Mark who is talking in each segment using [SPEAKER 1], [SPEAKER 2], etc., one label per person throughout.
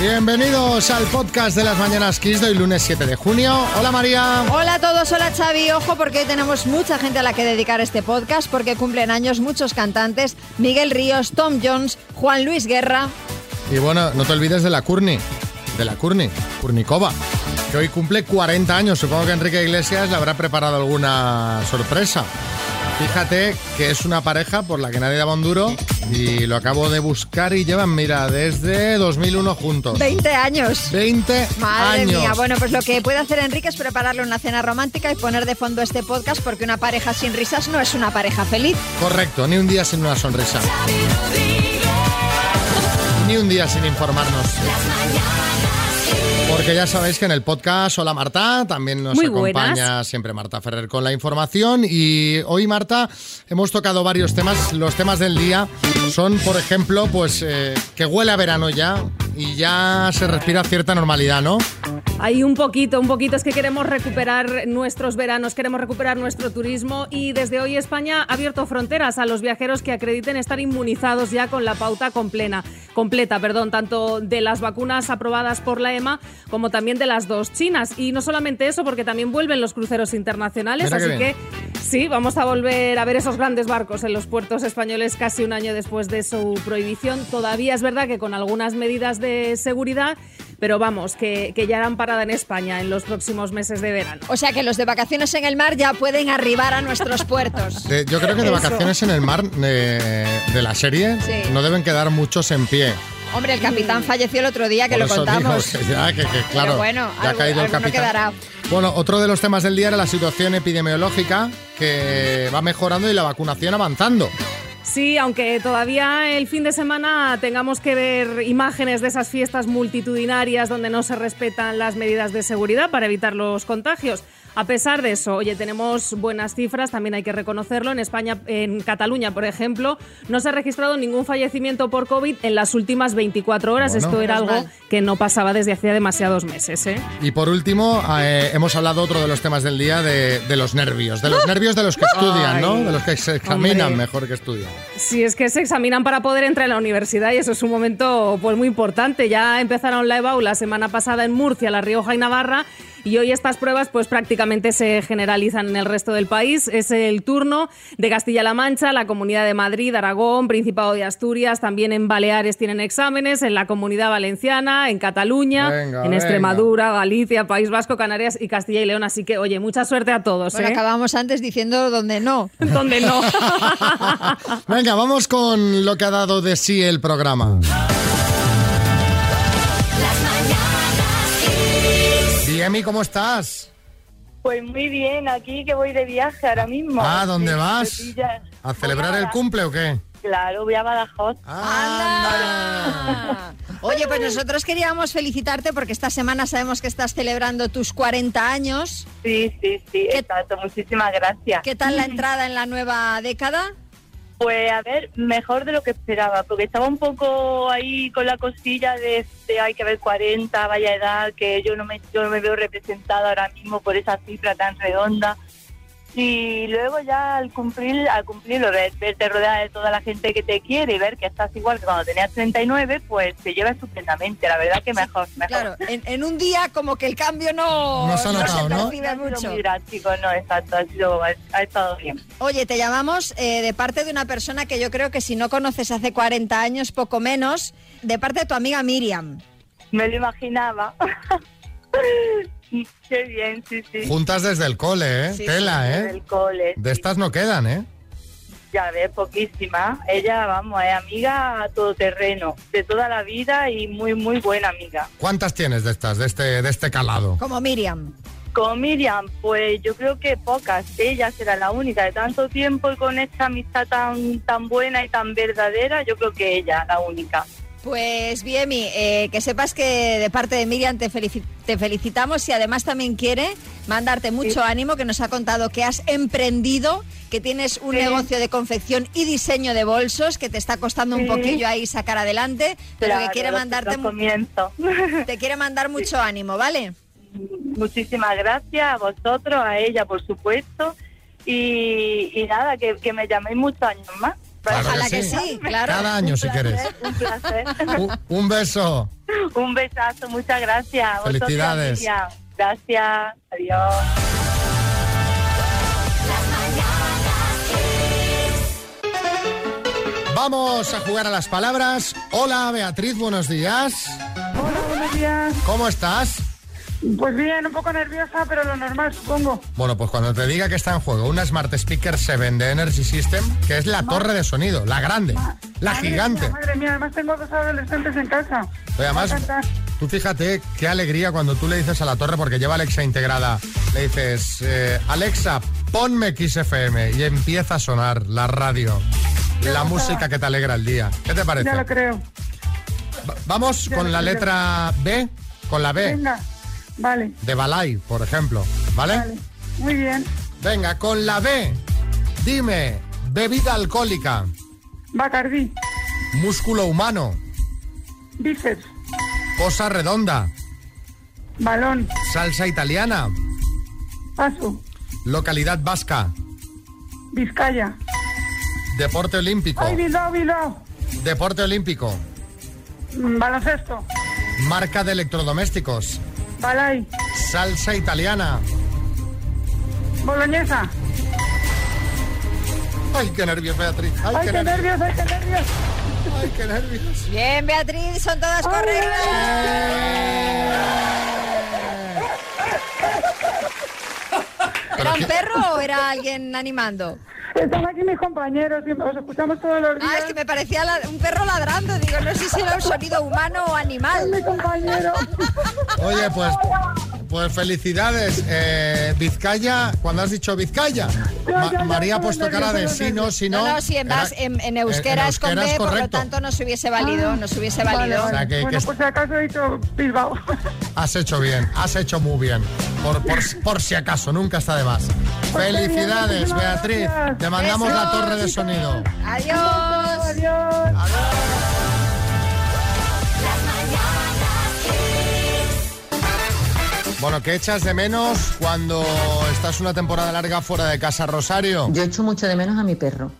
[SPEAKER 1] Bienvenidos al podcast de las Mañanas Kiss de hoy lunes 7 de junio. Hola María.
[SPEAKER 2] Hola a todos, hola Xavi. Ojo porque hoy tenemos mucha gente a la que dedicar este podcast porque cumplen años muchos cantantes. Miguel Ríos, Tom Jones, Juan Luis Guerra.
[SPEAKER 1] Y bueno, no te olvides de la Curni, de la Curni, Kurnikova, que hoy cumple 40 años. Supongo que Enrique Iglesias le habrá preparado alguna sorpresa. Fíjate que es una pareja por la que nadie daba un duro y lo acabo de buscar y llevan, mira, desde 2001 juntos.
[SPEAKER 2] 20 años.
[SPEAKER 1] 20
[SPEAKER 2] Madre
[SPEAKER 1] años.
[SPEAKER 2] mía, bueno, pues lo que puede hacer Enrique es prepararle una cena romántica y poner de fondo este podcast porque una pareja sin risas no es una pareja feliz.
[SPEAKER 1] Correcto, ni un día sin una sonrisa. Ni un día sin informarnos. Porque ya sabéis que en el podcast Hola Marta también nos
[SPEAKER 3] Muy
[SPEAKER 1] acompaña
[SPEAKER 3] buenas.
[SPEAKER 1] siempre Marta Ferrer con la información y hoy Marta hemos tocado varios temas. Los temas del día son, por ejemplo, pues eh, que huele a verano ya y ya se respira cierta normalidad, ¿no?
[SPEAKER 3] Hay un poquito, un poquito. Es que queremos recuperar nuestros veranos, queremos recuperar nuestro turismo y desde hoy España ha abierto fronteras a los viajeros que acrediten estar inmunizados ya con la pauta complena, completa, perdón, tanto de las vacunas aprobadas por la EMA como también de las dos chinas. Y no solamente eso, porque también vuelven los cruceros internacionales,
[SPEAKER 1] Mira qué
[SPEAKER 3] así
[SPEAKER 1] bien.
[SPEAKER 3] que sí, vamos a volver a ver esos grandes barcos en los puertos españoles casi un año después de su prohibición. Todavía es verdad que con algunas medidas de seguridad, pero vamos, que, que ya harán parada en España en los próximos meses de verano.
[SPEAKER 2] O sea que los de vacaciones en el mar ya pueden arribar a nuestros puertos.
[SPEAKER 1] De- yo creo que de
[SPEAKER 3] Eso.
[SPEAKER 1] vacaciones en el mar eh, de la serie
[SPEAKER 2] Sí.
[SPEAKER 1] no deben quedar muchos en pie.
[SPEAKER 2] Hombre, el capitán falleció el otro día
[SPEAKER 1] Por
[SPEAKER 2] que lo
[SPEAKER 1] eso digo
[SPEAKER 2] contamos.
[SPEAKER 1] que ya, que- que claro,
[SPEAKER 2] bueno,
[SPEAKER 1] ya ha
[SPEAKER 2] algo-
[SPEAKER 1] caído el
[SPEAKER 2] alguno
[SPEAKER 1] capitán.
[SPEAKER 2] quedará.
[SPEAKER 1] Bueno, otro de los temas del día era la situación epidemiológica que va mejorando y la vacunación avanzando.
[SPEAKER 3] Sí, aunque todavía el fin de semana tengamos que ver imágenes de esas fiestas multitudinarias donde no se respetan las medidas de seguridad para evitar los contagios. A pesar de eso, oye, tenemos buenas cifras, también hay que reconocerlo. En España, en Cataluña, por ejemplo, no se ha registrado ningún fallecimiento por COVID en las últimas 24 horas.
[SPEAKER 1] Bueno.
[SPEAKER 3] Esto era
[SPEAKER 2] Menos
[SPEAKER 3] algo
[SPEAKER 2] mal.
[SPEAKER 3] que no pasaba desde hacía demasiados meses. ¿eh?
[SPEAKER 1] Y por último, eh, hemos hablado otro de los temas del día de, de los nervios, de los nervios de los que estudian, ¿no?
[SPEAKER 3] Ay,
[SPEAKER 1] De los que se examinan
[SPEAKER 3] hombre.
[SPEAKER 1] mejor que estudian.
[SPEAKER 3] Sí, es que se examinan para poder entrar en la universidad y eso es un momento pues muy importante. Ya empezaron la EBAU la semana pasada en Murcia, La Rioja y Navarra y hoy estas pruebas pues prácticamente se generalizan en el resto del país. Es el turno de Castilla-La Mancha, la Comunidad de Madrid, Aragón, Principado de Asturias, también en Baleares tienen exámenes, en la Comunidad Valenciana, en Cataluña,
[SPEAKER 1] Venga,
[SPEAKER 3] en
[SPEAKER 1] venga.
[SPEAKER 3] Extremadura, Galicia, País Vasco, Canarias y Castilla y León. Así que oye, mucha suerte a todos.
[SPEAKER 2] Bueno,
[SPEAKER 3] ¿eh?
[SPEAKER 2] acabamos antes diciendo donde no.
[SPEAKER 3] Donde no.
[SPEAKER 1] Venga, vamos con lo que ha dado de sí el programa. Diemi, ¿cómo estás?
[SPEAKER 4] Pues muy bien, aquí que voy de viaje ahora mismo.
[SPEAKER 1] Ah, ¿dónde
[SPEAKER 4] Sí,
[SPEAKER 1] vas?
[SPEAKER 4] me pillas.
[SPEAKER 1] ¿A celebrar el cumple o qué?
[SPEAKER 4] Claro, voy a Badajoz.
[SPEAKER 1] Ah. ¡Anda!
[SPEAKER 2] Oye, pues nosotros queríamos felicitarte porque esta semana sabemos que estás celebrando tus 40 años.
[SPEAKER 4] Sí, sí, sí, exacto, muchísimas gracias.
[SPEAKER 2] ¿Qué tal la entrada en la nueva década?
[SPEAKER 4] Pues a ver, mejor de lo que esperaba, porque estaba un poco ahí con la costilla de, de, hay que ver 40, vaya edad, que yo no me, yo no me veo representada ahora mismo por esa cifra tan redonda. Y luego ya al cumplir, al cumplirlo, ver- verte rodeada de toda la gente que te quiere y ver que estás igual que cuando tenías 39, pues te lleva estupendamente, la verdad que mejor, mejor.
[SPEAKER 2] Claro, en, en un día como que el cambio no,
[SPEAKER 1] No se ha notado, ¿no?
[SPEAKER 2] percibe
[SPEAKER 4] ha sido
[SPEAKER 2] mucho.
[SPEAKER 4] muy drástico, no, exacto, ha, sido, ha, ha estado bien.
[SPEAKER 2] Oye, te llamamos eh, de parte de una persona que yo creo que si no conoces hace 40 años, poco menos, de parte de tu amiga Miriam.
[SPEAKER 4] Me lo imaginaba. Qué bien, sí, sí.
[SPEAKER 1] Juntas desde el cole, ¿eh?
[SPEAKER 2] Sí,
[SPEAKER 1] Tela,
[SPEAKER 4] En
[SPEAKER 1] ¿eh?
[SPEAKER 4] el cole.
[SPEAKER 1] De
[SPEAKER 4] sí.
[SPEAKER 1] estas no quedan, ¿eh?
[SPEAKER 4] Ya ves, poquísima. Ella, vamos, es amiga a todo terreno, de toda la vida y muy, muy buena amiga.
[SPEAKER 1] ¿Cuántas tienes de estas, de este, de este calado?
[SPEAKER 2] Como Miriam.
[SPEAKER 4] Con Miriam, pues yo creo que pocas. Ella será la única de tanto tiempo y con esta amistad tan, tan buena y tan verdadera, yo creo que ella, la única.
[SPEAKER 2] Pues Biemi, eh, que sepas que de parte de Miriam te, felici- te felicitamos y además también quiere mandarte mucho ánimo, que nos ha contado que has emprendido, que tienes un
[SPEAKER 4] Sí.
[SPEAKER 2] negocio de confección y diseño de bolsos, que te está costando un
[SPEAKER 4] Sí.
[SPEAKER 2] poquillo ahí sacar adelante, pero que quiere mandarte mu-
[SPEAKER 4] comienzo.
[SPEAKER 2] te quiere mandar mucho ánimo, ¿vale?
[SPEAKER 4] Muchísimas gracias a vosotros, a ella, por supuesto. Y, y nada, que, que me llaméis muchos años más.
[SPEAKER 1] Claro
[SPEAKER 2] Ojalá
[SPEAKER 1] que
[SPEAKER 2] que
[SPEAKER 1] sí.
[SPEAKER 2] sí, claro.
[SPEAKER 1] Cada año, si quieres.
[SPEAKER 4] Un placer.
[SPEAKER 1] U- un beso.
[SPEAKER 4] Un besazo, muchas gracias. A vosotros,
[SPEAKER 1] Felicidades.
[SPEAKER 4] Miriam. Gracias, adiós.
[SPEAKER 1] Vamos a jugar a las palabras. Hola, Beatriz, buenos días.
[SPEAKER 5] Hola, buenos días.
[SPEAKER 1] ¿Cómo estás?
[SPEAKER 5] Pues bien, un poco nerviosa, pero lo normal, supongo.
[SPEAKER 1] Bueno, pues cuando te diga que está en juego una Smart Speaker 7 de Energy System, que es la torre de sonido, la grande, la
[SPEAKER 5] Madre
[SPEAKER 1] gigante.
[SPEAKER 5] mía, madre mía, además tengo dos adolescentes en casa.
[SPEAKER 1] Oye, además,
[SPEAKER 5] Me va a encantar.
[SPEAKER 1] tú fíjate qué alegría cuando tú le dices a la torre, porque lleva Alexa integrada, le dices, eh, Alexa, ponme XFM y empieza a sonar la radio, la música que te alegra el día. ¿Qué te parece?
[SPEAKER 5] Ya lo creo.
[SPEAKER 1] Va- Vamos
[SPEAKER 5] ya
[SPEAKER 1] con
[SPEAKER 5] lo
[SPEAKER 1] la
[SPEAKER 5] creo.
[SPEAKER 1] letra B, con la B
[SPEAKER 5] Venga, vale,
[SPEAKER 1] de Balay, por ejemplo, ¿vale?
[SPEAKER 5] vale. Muy bien.
[SPEAKER 1] Venga, con la B, dime, bebida alcohólica,
[SPEAKER 5] Bacardí,
[SPEAKER 1] músculo humano,
[SPEAKER 5] bíceps,
[SPEAKER 1] cosa redonda,
[SPEAKER 5] balón,
[SPEAKER 1] salsa italiana,
[SPEAKER 5] paso,
[SPEAKER 1] localidad vasca,
[SPEAKER 5] Vizcaya.
[SPEAKER 1] deporte olímpico.
[SPEAKER 5] ¡Ay, Bilbao, Bilbao!
[SPEAKER 1] Deporte olímpico.
[SPEAKER 5] Mm, Baloncesto,
[SPEAKER 1] Marca de electrodomésticos.
[SPEAKER 5] balay,
[SPEAKER 1] Salsa italiana.
[SPEAKER 5] boloñesa.
[SPEAKER 1] Ay, qué nervios, Beatriz. Ay,
[SPEAKER 5] ¡Ay,
[SPEAKER 1] qué
[SPEAKER 5] qué
[SPEAKER 1] nervios.
[SPEAKER 5] nervios, ay, qué nervios!
[SPEAKER 1] Ay, qué nervios.
[SPEAKER 2] Bien, Beatriz, son todas
[SPEAKER 5] Ay,
[SPEAKER 2] correctas.
[SPEAKER 1] Pero
[SPEAKER 2] ¿Era un
[SPEAKER 1] qué-
[SPEAKER 2] perro o era alguien animando?
[SPEAKER 5] Están aquí mis compañeros, y os escuchamos todos los días.
[SPEAKER 2] Ah, es que me parecía la- un perro ladrando. Digo, no sé si era un sonido humano o animal.
[SPEAKER 5] mi compañero.
[SPEAKER 1] Oye, pues, pues felicidades. Eh, Vizcaya, cuando has dicho Vizcaya, Ma-
[SPEAKER 5] ya, ya,
[SPEAKER 1] María ha
[SPEAKER 5] son los
[SPEAKER 1] puesto cara de
[SPEAKER 5] nervios, son
[SPEAKER 1] sí,
[SPEAKER 5] los
[SPEAKER 1] no, sí, no.
[SPEAKER 2] No, no, si en, vas-
[SPEAKER 1] Era-
[SPEAKER 2] en, en euskera es con
[SPEAKER 1] euskera
[SPEAKER 2] B, por lo
[SPEAKER 1] correcto.
[SPEAKER 2] tanto no se hubiese válido, no se hubiese
[SPEAKER 5] Ah, Vale,
[SPEAKER 2] válido.
[SPEAKER 5] vale.
[SPEAKER 1] sea, que- que
[SPEAKER 5] bueno,
[SPEAKER 1] es-
[SPEAKER 5] por si acaso he dicho Bilbao.
[SPEAKER 1] Has hecho bien, has hecho muy bien. Por, por, por si acaso, nunca está de más.
[SPEAKER 5] Pues qué bien,
[SPEAKER 1] Felicidades,
[SPEAKER 5] muchísimas
[SPEAKER 1] Beatriz.
[SPEAKER 5] gracias.
[SPEAKER 1] Te mandamos la
[SPEAKER 2] Besos,
[SPEAKER 1] torre de
[SPEAKER 2] chicos.
[SPEAKER 1] sonido.
[SPEAKER 2] Adiós.
[SPEAKER 5] Adiós.
[SPEAKER 1] Bueno, ¿qué echas de menos cuando estás una temporada larga fuera de casa, Rosario?
[SPEAKER 6] Yo echo mucho de menos a mi perro,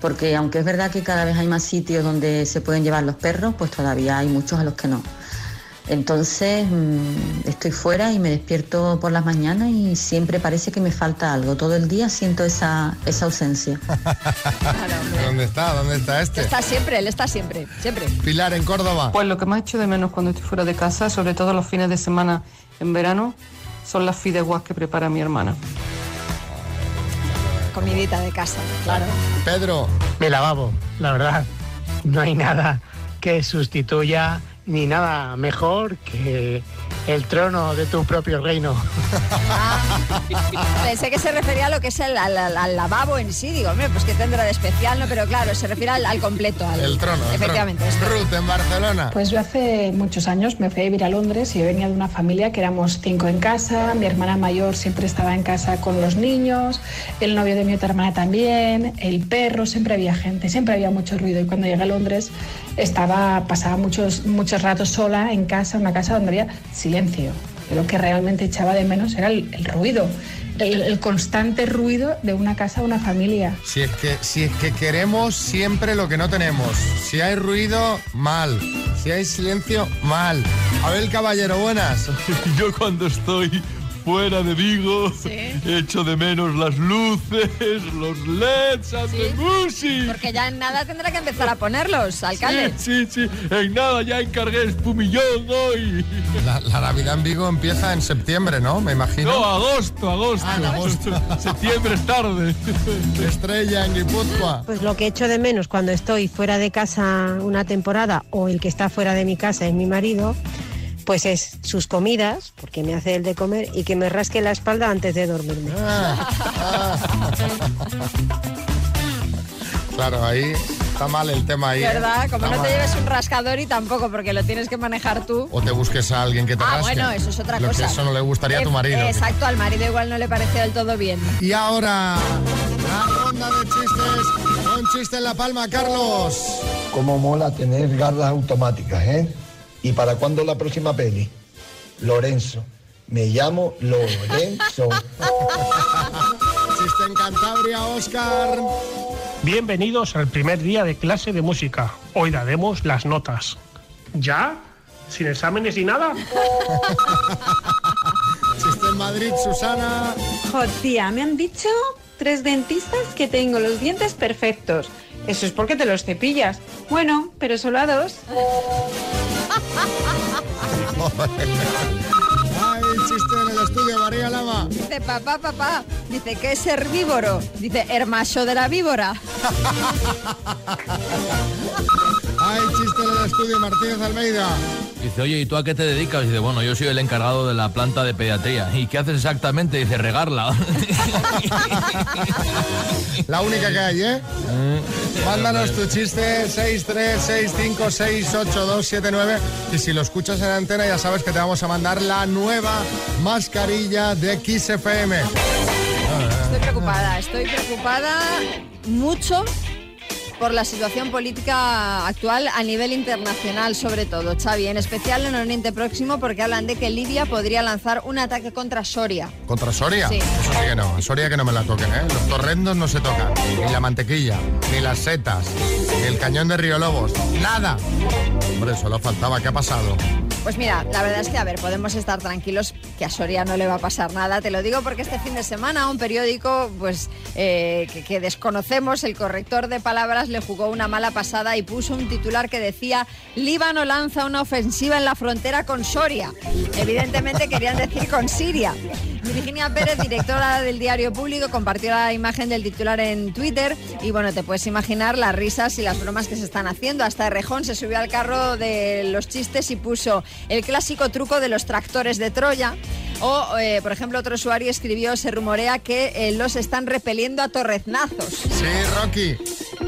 [SPEAKER 6] porque aunque es verdad que cada vez hay más sitios donde se pueden llevar los perros, pues todavía hay muchos a los que no. Entonces mm, estoy fuera y me despierto por las mañanas y siempre parece que me falta algo. Todo el día siento esa, esa ausencia.
[SPEAKER 1] ¿Dónde está? ¿Dónde está este?
[SPEAKER 2] Está siempre, él está siempre, siempre.
[SPEAKER 1] Pilar en Córdoba.
[SPEAKER 7] Pues lo que más echo de menos cuando estoy fuera de casa, sobre todo los fines de semana en verano, son las fideguas que prepara mi hermana.
[SPEAKER 2] Comidita de casa, claro.
[SPEAKER 1] Pedro.
[SPEAKER 8] me lavabo, la verdad. No hay nada que sustituya ni nada mejor que el trono de tu propio reino.
[SPEAKER 2] Pensé que se refería a lo que es el, al, al- al lavabo en sí. Digo, hombre, pues que tendrá de especial, ¿no? Pero claro, se refiere al, al completo. Al,
[SPEAKER 1] El trono. el
[SPEAKER 2] Efectivamente.
[SPEAKER 1] trono.
[SPEAKER 2] esto.
[SPEAKER 1] Ruth en Barcelona.
[SPEAKER 9] Pues yo hace muchos años me fui a vivir a Londres y yo venía de una familia que éramos cinco en casa, mi hermana mayor siempre estaba en casa con los niños, el novio de mi otra hermana también, el perro, siempre había gente, siempre había mucho ruido y cuando llegué a Londres estaba, pasaba muchos, muchos ratos sola en casa, una casa donde había silencio. Yo lo que realmente echaba de menos era el, el ruido, el, el constante ruido de una casa, una familia.
[SPEAKER 1] Si es, que, si es que queremos siempre lo que no tenemos. Si hay ruido, mal. Si hay silencio, mal. Abel Caballero, buenas.
[SPEAKER 10] Yo cuando estoy fuera de Vigo echo de menos las luces, los LEDs, hace música.
[SPEAKER 2] Porque ya en nada tendrá que empezar a ponerlos, alcalde.
[SPEAKER 10] Sí, sí, en nada ya encargué espumillón hoy.
[SPEAKER 1] La, la Navidad en Vigo empieza en septiembre, ¿no? Me imagino.
[SPEAKER 10] No, agosto, agosto.
[SPEAKER 1] Ah, en agosto.
[SPEAKER 10] Septiembre es tarde.
[SPEAKER 1] Estrella en Guipúzcoa.
[SPEAKER 11] Pues lo que echo de menos cuando estoy fuera de casa una temporada o el que está fuera de mi casa es mi marido, pues es sus comidas, porque me hace el de comer y que me rasque la espalda antes de dormirme.
[SPEAKER 1] Ah, ah. Claro, ahí está mal el tema ahí. ¿eh?
[SPEAKER 2] ¿Verdad? Como
[SPEAKER 1] Está
[SPEAKER 2] no
[SPEAKER 1] mal.
[SPEAKER 2] te lleves un rascador y tampoco, porque lo tienes que manejar tú.
[SPEAKER 1] O te busques a alguien que te
[SPEAKER 2] Ah,
[SPEAKER 1] rasque.
[SPEAKER 2] bueno, eso es otra
[SPEAKER 1] Lo
[SPEAKER 2] cosa.
[SPEAKER 1] Que eso no le gustaría a tu
[SPEAKER 2] Eh,
[SPEAKER 1] marido.
[SPEAKER 2] Exacto, al marido igual no le pareció del todo bien.
[SPEAKER 1] Y ahora, la ronda de chistes. Un chiste en la palma, Carlos.
[SPEAKER 12] Cómo mola tener garras automáticas, ¿eh? ¿Y para cuándo la próxima peli? Lorenzo. Me llamo Lorenzo.
[SPEAKER 1] Chiste en Cantabria, Oscar.
[SPEAKER 13] Bienvenidos al primer día de clase de música. Hoy daremos las notas. ¿Ya? ¿Sin exámenes y nada?
[SPEAKER 1] Chiste en Madrid, Susana.
[SPEAKER 14] Jodía, me han dicho tres dentistas que tengo los dientes perfectos. Eso es porque te los cepillas. Bueno, pero solo a dos.
[SPEAKER 1] Ay, chiste en el estudio, María Lama.
[SPEAKER 2] Dice papá, papá. Dice que es herbívoro. Dice hermacho de la víbora.
[SPEAKER 1] Ay, chiste en el estudio, Martínez Almeida.
[SPEAKER 9] Dice, oye, ¿y tú a qué te dedicas? Dice, bueno, yo soy el encargado de la planta de pediatría. ¿Y qué haces exactamente? Dice, regarla.
[SPEAKER 1] La única que hay, ¿eh?
[SPEAKER 9] Mm.
[SPEAKER 1] Mándanos tu chiste 636568279 y si lo escuchas en antena ya sabes que te vamos a mandar la nueva mascarilla de XFM.
[SPEAKER 2] Estoy preocupada, estoy preocupada mucho por la situación política actual a nivel internacional, sobre todo, Xavi, en especial en Oriente Próximo, porque hablan de que Libia podría lanzar un ataque contra Soria.
[SPEAKER 1] ¿Contra Soria?
[SPEAKER 2] Sí.
[SPEAKER 1] Eso sí que no, Soria que no me la toquen, ¿eh? Los torrendos no se tocan, ni la mantequilla, ni las setas, ni el cañón de Río Lobos, nada. Hombre, solo faltaba, ¿qué ha pasado?
[SPEAKER 2] Pues mira, la verdad es que, a ver, podemos estar tranquilos que a Soria no le va a pasar nada. Te lo digo porque este fin de semana un periódico pues, eh, que, que desconocemos, el corrector de palabras, le jugó una mala pasada y puso un titular que decía Líbano lanza una ofensiva en la frontera con Soria. Evidentemente querían decir con Siria. Virginia Pérez, directora del diario público, compartió la imagen del titular en Twitter y bueno, te puedes imaginar las risas y las bromas que se están haciendo. Hasta Rejón se subió al carro de los chistes y puso el clásico truco de los tractores de Troya. O, eh, por ejemplo, otro usuario escribió, se rumorea que eh, los están repeliendo a torreznazos.
[SPEAKER 1] Sí, Rocky.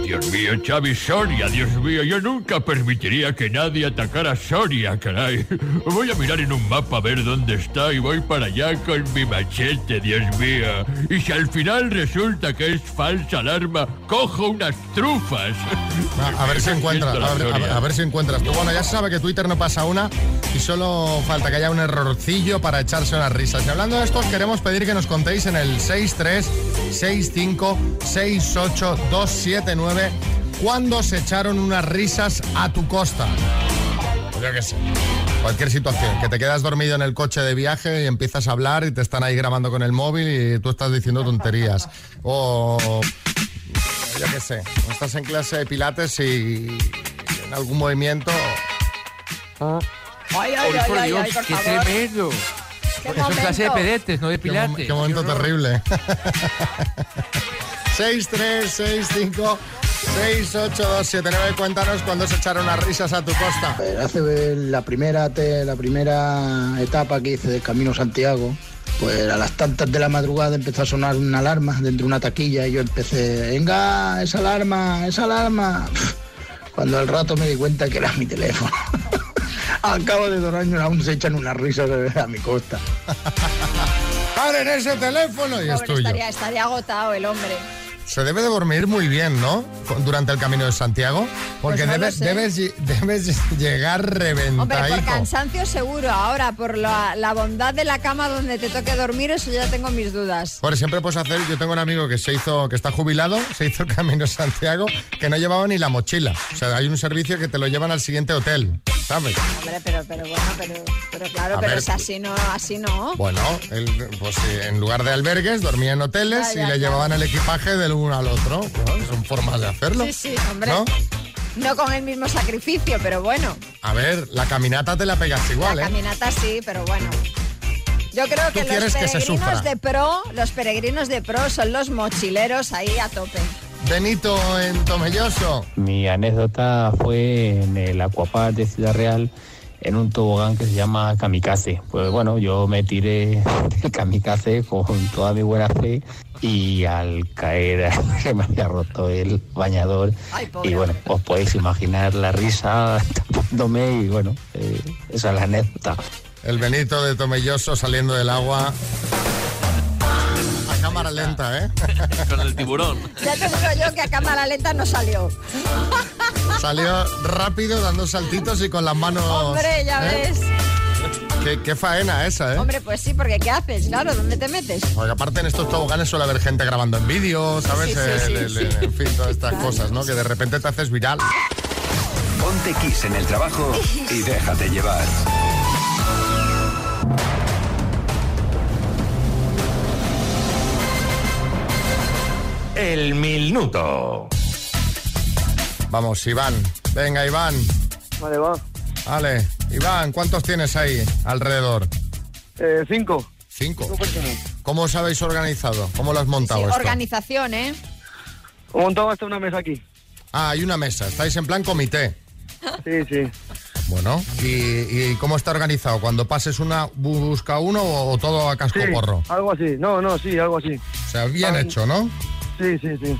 [SPEAKER 15] Dios mío, Xavi Soria, Dios mío, yo nunca permitiría que nadie atacara a Soria, caray. Voy a mirar en un mapa a ver dónde está y voy para allá con mi machete, Dios mío. Y si al final resulta que es falsa alarma, cojo unas trufas.
[SPEAKER 1] A, a ver si encuentras, a ver, a ver- a ver si encuentras. Tú, bueno, ya se sabe que Twitter no pasa una y solo falta que haya un errorcillo para echarse unas risas. Y hablando de esto, os queremos pedir que nos contéis en el 636568279 cuándo se echaron unas risas a tu costa. Pues yo qué sé. Cualquier situación, que te quedas dormido en el coche de viaje y empiezas a hablar y te están ahí grabando con el móvil y tú estás diciendo tonterías. O yo qué sé, estás en clase de pilates y en algún movimiento...
[SPEAKER 2] Ay, ay,
[SPEAKER 1] Por
[SPEAKER 2] ay, ay,
[SPEAKER 1] Dios,
[SPEAKER 2] ay, por
[SPEAKER 1] qué
[SPEAKER 2] favor.
[SPEAKER 1] tremendo.
[SPEAKER 2] Qué
[SPEAKER 9] Eso es clase de
[SPEAKER 2] momento.
[SPEAKER 9] pedetes, no de
[SPEAKER 1] Qué, mom-
[SPEAKER 9] pilates.
[SPEAKER 1] qué momento terrible. 6, 3, 6, 5, 6, 8, 2, 7, 9. Cuéntanos cuándo se echaron las risas a tu costa.
[SPEAKER 16] Hace la primera, te- la primera etapa que hice del Camino Santiago, pues a las tantas de la madrugada empezó a sonar una alarma dentro de una taquilla y yo empecé, venga, esa alarma, esa alarma. Cuando al rato me di cuenta que era mi teléfono. al cabo de dos años aún se echan unas risas a mi costa.
[SPEAKER 1] ¡Paren ese teléfono! Y es
[SPEAKER 2] Pobre,
[SPEAKER 1] tuyo.
[SPEAKER 2] estaría, estaría agotado el hombre.
[SPEAKER 1] Se debe de dormir muy bien, ¿no? Con- Durante el camino de Santiago. Porque
[SPEAKER 2] Pues no lo
[SPEAKER 1] debes,
[SPEAKER 2] sé.
[SPEAKER 1] debes, lle- debes llegar
[SPEAKER 2] Hombre,
[SPEAKER 1] reventadico.
[SPEAKER 2] por cansancio seguro. Ahora, por la, la bondad de la cama donde te toque dormir, eso ya tengo mis dudas.
[SPEAKER 1] Hombre, siempre puedes pues hacer. Yo tengo un amigo que se hizo, que está jubilado, se hizo el Camino de Santiago, que no llevaba ni la mochila. O sea, hay un servicio que te lo llevan al siguiente hotel, ¿sabes?
[SPEAKER 2] Hombre, pero, pero bueno, pero, pero claro,
[SPEAKER 1] A
[SPEAKER 2] pero
[SPEAKER 1] ver.
[SPEAKER 2] es así no, así no.
[SPEAKER 1] Bueno, él, pues sí, en lugar de albergues dormía en hoteles
[SPEAKER 2] Ah, Ya,
[SPEAKER 1] y
[SPEAKER 2] ya,
[SPEAKER 1] le
[SPEAKER 2] ya.
[SPEAKER 1] llevaban el equipaje del uno al otro. Bueno, son formas de hacerlo.
[SPEAKER 2] Sí, sí, hombre.
[SPEAKER 1] ¿No?
[SPEAKER 2] No con el mismo sacrificio, pero bueno.
[SPEAKER 1] A ver, la caminata te la pegas igual,
[SPEAKER 2] la
[SPEAKER 1] ¿eh?
[SPEAKER 2] caminata sí, pero bueno. Yo creo
[SPEAKER 1] Tú
[SPEAKER 2] que los
[SPEAKER 1] quieres que se sufra.
[SPEAKER 2] peregrinos de pro, los peregrinos de pro son los mochileros ahí a tope.
[SPEAKER 1] Benito en Tomelloso.
[SPEAKER 17] Mi anécdota fue en el Aquapark de Ciudad Real, en un tobogán que se llama Kamikaze. Pues bueno, yo me tiré del Kamikaze con toda mi buena fe y al caer se me había roto el bañador. y bueno, os podéis imaginar la risa tapándome y bueno, eh, esa es la anécdota.
[SPEAKER 1] El Benito de Tomelloso saliendo del agua. A cámara lenta, ¿eh?
[SPEAKER 9] Con el tiburón.
[SPEAKER 2] Ya te digo yo que a cámara lenta no salió.
[SPEAKER 1] Salió rápido, dando saltitos y con las manos.
[SPEAKER 2] Hombre, ya
[SPEAKER 1] Oh, ¿eh?
[SPEAKER 2] ves.
[SPEAKER 1] Qué, qué faena esa, ¿eh?
[SPEAKER 2] Hombre, pues sí, porque ¿qué haces? Claro, ¿dónde te metes?
[SPEAKER 1] Porque aparte en estos toboganes suele haber gente grabando en vídeo, ¿sabes?
[SPEAKER 2] Sí, sí,
[SPEAKER 1] Eh,
[SPEAKER 2] sí,
[SPEAKER 1] le-
[SPEAKER 2] sí.
[SPEAKER 1] le- En fin, todas estas cosas, ¿no? Que de repente te haces viral.
[SPEAKER 18] Ponte Kiss en el trabajo y déjate llevar.
[SPEAKER 1] El minuto. Vamos, Iván. Venga, Iván.
[SPEAKER 19] Vale, va.
[SPEAKER 1] Vale. Iván, ¿cuántos tienes ahí alrededor?
[SPEAKER 19] Eh, cinco.
[SPEAKER 1] ¿Cinco? ¿Cómo os habéis organizado? ¿Cómo lo has montado esto?
[SPEAKER 2] Organización, ¿eh?
[SPEAKER 1] He montado hasta una mesa aquí. Ah, hay una mesa. Estáis en plan comité. Sí, sí. Bueno, ¿y, y cómo está organizado? ¿Cuando pases una, bu- busca uno o, o todo a casco porro?
[SPEAKER 19] Algo así. No, no, sí, algo así.
[SPEAKER 1] O sea, bien hecho, ¿no?
[SPEAKER 19] Sí, sí, sí.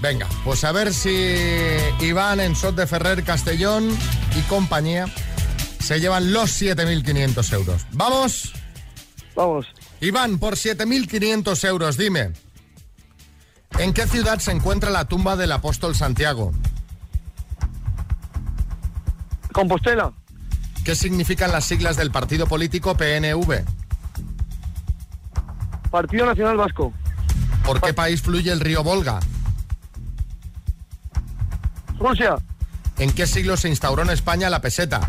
[SPEAKER 1] Venga, pues a ver si Iván en Sot de Ferrer, Castellón y compañía se llevan los 7.500 euros. ¿Vamos? Vamos. Iván, por 7.500 euros, dime, ¿en qué ciudad se encuentra la tumba del apóstol Santiago? Compostela. ¿Qué significan las siglas del partido político PNV? Partido Nacional Vasco. ¿Por qué país fluye el río Volga? Rusia. ¿En qué siglo se instauró en España la peseta?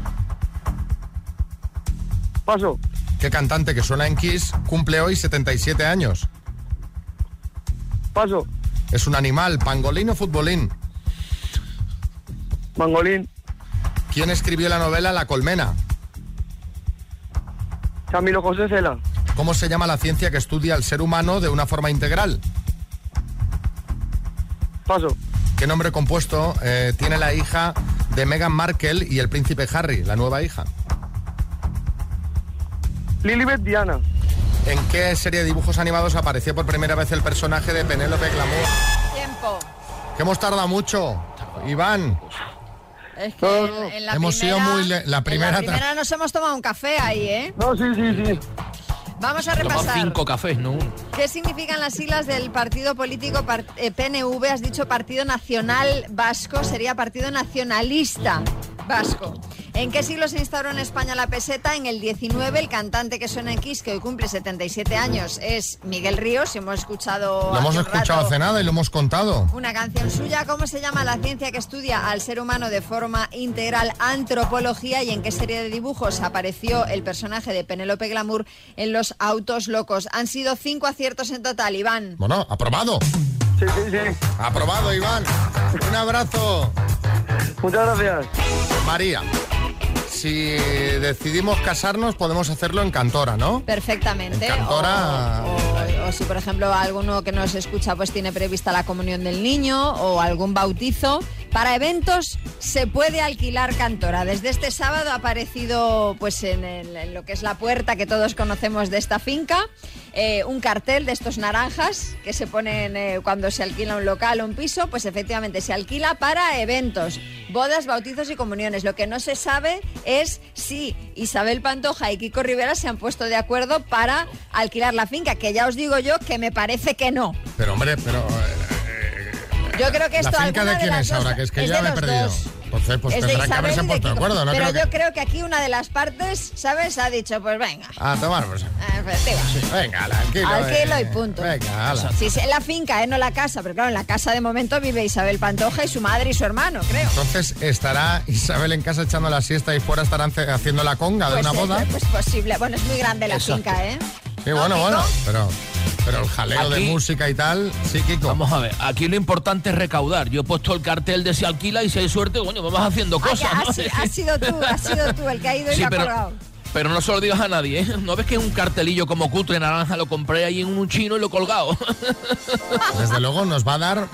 [SPEAKER 1] Paso. ¿Qué cantante que suena en Kiss cumple hoy 77 años? Paso. ¿Es un animal, pangolín o futbolín? Pangolín. ¿Quién escribió la novela La Colmena? Camilo José Cela. ¿Cómo se llama la ciencia que estudia al ser humano de una forma integral? Paso. ¿Qué nombre compuesto eh, tiene la hija de Meghan Markle y el príncipe Harry, la nueva hija? Lilibet Diana. ¿En qué serie de dibujos animados apareció por primera vez el personaje de Penélope Glamour?
[SPEAKER 2] Tiempo.
[SPEAKER 1] Que hemos tardado mucho, Iván.
[SPEAKER 2] Es que en, en la
[SPEAKER 1] Hemos sido
[SPEAKER 2] primera-
[SPEAKER 1] muy le- la primera
[SPEAKER 2] En la primera nos hemos tomado un café ahí, ¿eh?
[SPEAKER 1] No, sí, sí, sí.
[SPEAKER 2] Vamos a repasar.
[SPEAKER 9] cinco cafés, ¿no?
[SPEAKER 2] ¿Qué significan las siglas del partido político par- eh, PNV? Has dicho Partido Nacional Vasco, sería Partido Nacionalista Vasco. ¿En qué siglo se instauró en España la peseta? En el 19, el cantante que suena en Kiss, que hoy cumple 77 años, es Miguel Ríos. Hemos escuchado
[SPEAKER 1] Lo hemos
[SPEAKER 2] hace un
[SPEAKER 1] escuchado
[SPEAKER 2] rato
[SPEAKER 1] hace nada y lo hemos contado.
[SPEAKER 2] una canción suya. ¿Cómo se llama la ciencia que estudia al ser humano de forma integral? Antropología. ¿Y en qué serie de dibujos apareció el personaje de Penélope Glamour en Los Autos Locos? Han sido cinco aciertos en total, Iván.
[SPEAKER 1] Bueno, aprobado. Sí, sí, sí. Aprobado, Iván. Un abrazo. Muchas gracias. María, si decidimos casarnos, podemos hacerlo en Cantora, ¿no?
[SPEAKER 2] Perfectamente.
[SPEAKER 1] Cantora.
[SPEAKER 2] O, o si, por ejemplo, alguno que nos escucha pues tiene prevista la comunión del niño o algún bautizo. Para eventos se puede alquilar cantora. Desde este sábado ha aparecido pues en, el- en lo que es la puerta que todos conocemos de esta finca eh, un cartel de estos naranjas que se ponen eh, cuando se alquila un local o un piso, pues efectivamente se alquila para eventos, bodas, bautizos y comuniones. Lo que no se sabe es si Isabel Pantoja y Kiko Rivera se han puesto de acuerdo para alquilar la finca, que ya os digo yo que me parece que no.
[SPEAKER 1] Pero, hombre, pero. eh,
[SPEAKER 2] Yo creo que esto
[SPEAKER 1] ¿La finca
[SPEAKER 2] alguna
[SPEAKER 1] de quién
[SPEAKER 2] las
[SPEAKER 1] es
[SPEAKER 2] dos-
[SPEAKER 1] ahora? Que es que
[SPEAKER 2] es
[SPEAKER 1] ya
[SPEAKER 2] de
[SPEAKER 1] me he
[SPEAKER 2] los
[SPEAKER 1] perdido.
[SPEAKER 2] dos.
[SPEAKER 1] Entonces, pues
[SPEAKER 2] Es de
[SPEAKER 1] tendrán que
[SPEAKER 2] Isabel
[SPEAKER 1] haberse
[SPEAKER 2] y de
[SPEAKER 1] puesto de
[SPEAKER 2] Kiko.
[SPEAKER 1] acuerdo, ¿no?
[SPEAKER 2] Pero
[SPEAKER 1] Creo
[SPEAKER 2] yo
[SPEAKER 1] que...
[SPEAKER 2] creo que aquí una de las partes, ¿sabes? Ha dicho, pues venga,
[SPEAKER 1] A tomar, pues.
[SPEAKER 2] efectiva.
[SPEAKER 1] Venga, ala, alquilo.
[SPEAKER 2] Alquilo
[SPEAKER 1] eh.
[SPEAKER 2] y punto.
[SPEAKER 1] Venga, ala.
[SPEAKER 2] Sí, sí, en la finca, ¿eh? no la casa, pero claro, en la casa de momento vive Isabel Pantoja y su madre y su hermano, creo.
[SPEAKER 1] Entonces estará Isabel en casa echando la siesta y fuera estarán ce- haciendo la conga de
[SPEAKER 2] Pues,
[SPEAKER 1] una
[SPEAKER 2] eh,
[SPEAKER 1] boda.
[SPEAKER 2] Pues posible. Bueno, es muy grande la
[SPEAKER 1] Exacto.
[SPEAKER 2] finca, ¿eh?
[SPEAKER 1] Sí, bueno,
[SPEAKER 2] ¿No,
[SPEAKER 1] bueno.
[SPEAKER 2] Kiko?
[SPEAKER 1] Pero, pero el jaleo de música y tal, sí, Kiko.
[SPEAKER 9] Vamos a ver, aquí lo importante es recaudar. Yo he puesto el cartel de si alquila y si hay suerte, coño, vamos haciendo
[SPEAKER 2] Ah,
[SPEAKER 9] cosas.
[SPEAKER 2] ya,
[SPEAKER 9] ¿no?
[SPEAKER 2] has, si- has sido tú, has sido tú el que ha ido y
[SPEAKER 9] Sí,
[SPEAKER 2] lo ha
[SPEAKER 9] pero-
[SPEAKER 2] colgado.
[SPEAKER 9] Pero no se lo digas a nadie, ¿eh? ¿No ves que es un cartelillo como cutre naranja? Lo compré ahí en un chino y lo he colgado.
[SPEAKER 1] Pues Desde luego nos va a dar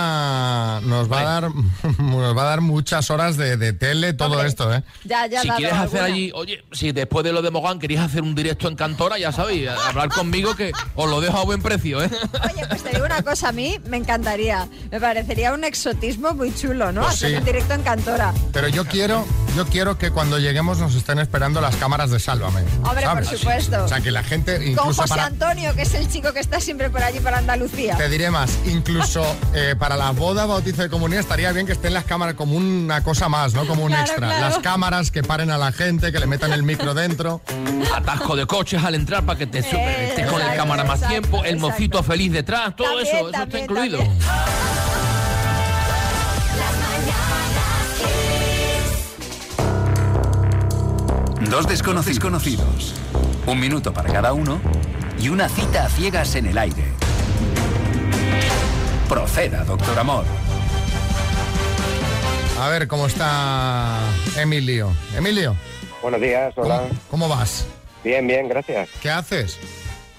[SPEAKER 1] mucha. Nos va a dar, nos va a dar muchas horas de, de tele todo esto, ¿eh?
[SPEAKER 2] Ya, ya,
[SPEAKER 9] si
[SPEAKER 2] dado
[SPEAKER 9] quieres hacer
[SPEAKER 2] alguna.
[SPEAKER 9] allí, oye, si después de lo de Mogán queréis hacer un directo en Cantora, ya sabéis, a- hablar conmigo que os lo dejo a buen precio, ¿eh?
[SPEAKER 2] Pues te digo una cosa, a mí me encantaría. Me parecería un exotismo muy chulo, ¿no?
[SPEAKER 1] Pues
[SPEAKER 2] Hacer
[SPEAKER 1] sí.
[SPEAKER 2] un directo en Cantora.
[SPEAKER 1] Pero yo quiero Yo quiero que cuando lleguemos nos estén esperando las cámaras de Sálvame.
[SPEAKER 2] Hombre, por supuesto.
[SPEAKER 1] O sea, que la gente
[SPEAKER 2] Con
[SPEAKER 1] incluso
[SPEAKER 2] José
[SPEAKER 1] para...
[SPEAKER 2] Antonio, que es el chico que está siempre por allí para Andalucía.
[SPEAKER 1] Te diré más, incluso eh, para la boda, bautizo de comunión estaría bien que estén las cámaras como una cosa más, ¿no? Como un
[SPEAKER 2] Claro,
[SPEAKER 1] extra.
[SPEAKER 2] claro.
[SPEAKER 1] Las cámaras que paren a la gente, que le metan el micro dentro.
[SPEAKER 9] Atasco de coches al entrar para que te su- estés con el
[SPEAKER 1] Eh, exacto,
[SPEAKER 9] cámara más
[SPEAKER 1] exacto,
[SPEAKER 9] tiempo, el
[SPEAKER 1] exacto.
[SPEAKER 9] mocito feliz detrás, todo
[SPEAKER 1] También,
[SPEAKER 9] eso, eso
[SPEAKER 1] también,
[SPEAKER 9] está incluido.
[SPEAKER 18] Dos desconocidos conocidos. Un minuto para cada uno y una cita a ciegas en el aire. Proceda, doctor Amor.
[SPEAKER 1] A ver cómo está Emilio. Emilio,
[SPEAKER 5] Buenos días, hola.
[SPEAKER 1] ¿cómo vas?
[SPEAKER 5] Bien, bien, gracias.
[SPEAKER 1] ¿Qué haces?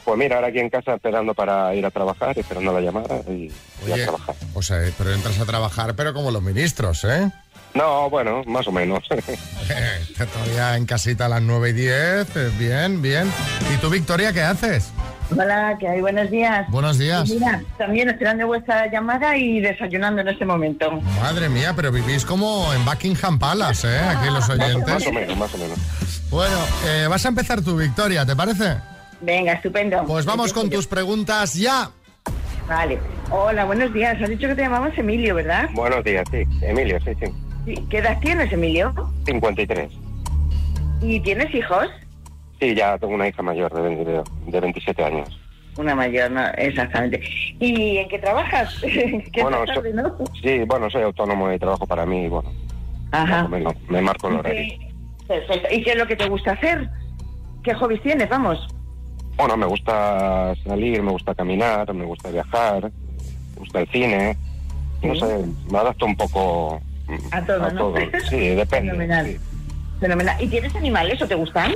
[SPEAKER 5] Pues mira, ahora aquí en casa esperando para ir a trabajar, esperando la llamada y, y a trabajar.
[SPEAKER 1] O sea, eh, pero entras a trabajar, pero como los ministros, ¿eh?
[SPEAKER 5] No, bueno, más o menos.
[SPEAKER 1] Está Todavía en casita a las 9 y 10, eh, bien, bien. ¿Y tú, Victoria, qué haces?
[SPEAKER 4] Hola, ¿qué hay? Buenos días. Pues
[SPEAKER 1] Buenos días.
[SPEAKER 4] Mira, también esperando vuestra llamada y desayunando en este momento.
[SPEAKER 1] Madre mía, pero vivís como en Buckingham Palace, ¿eh? Aquí los oyentes.
[SPEAKER 5] más o menos, más o menos.
[SPEAKER 1] Bueno, eh, vas a empezar tu victoria, ¿te parece?
[SPEAKER 4] Venga, estupendo.
[SPEAKER 1] Pues vamos con tus preguntas ya.
[SPEAKER 4] Vale. Hola, buenos días. Has dicho que te llamabas Emilio, ¿verdad?
[SPEAKER 5] Buenos días, sí. Emilio, sí, sí.
[SPEAKER 4] Sí. ¿Qué edad tienes, Emilio?
[SPEAKER 5] 53.
[SPEAKER 4] ¿Y tienes hijos?
[SPEAKER 5] Sí, ya tengo una hija mayor de, 22 de 27 años.
[SPEAKER 4] Una mayor, no, exactamente. ¿Y en qué trabajas? ¿Qué
[SPEAKER 5] Bueno,
[SPEAKER 4] estás tarde,
[SPEAKER 5] so-
[SPEAKER 4] no?
[SPEAKER 5] Sí, bueno, soy autónomo y trabajo para mí y bueno, más o
[SPEAKER 4] Ajá.
[SPEAKER 5] menos, me marco el horario.
[SPEAKER 4] Sí, Eh, Perfecto. ¿Y qué es lo que te gusta hacer? ¿Qué hobbies tienes? Vamos.
[SPEAKER 5] Bueno, me gusta salir, me gusta caminar, me gusta viajar, me gusta el cine. No
[SPEAKER 4] Sí.
[SPEAKER 5] sé, me adapto un poco mm,
[SPEAKER 4] A todo,
[SPEAKER 5] a
[SPEAKER 4] ¿no?
[SPEAKER 5] todo. Sí, depende.
[SPEAKER 4] Fenomenal. Fenomenal. ¿Y tienes animales o te gustan?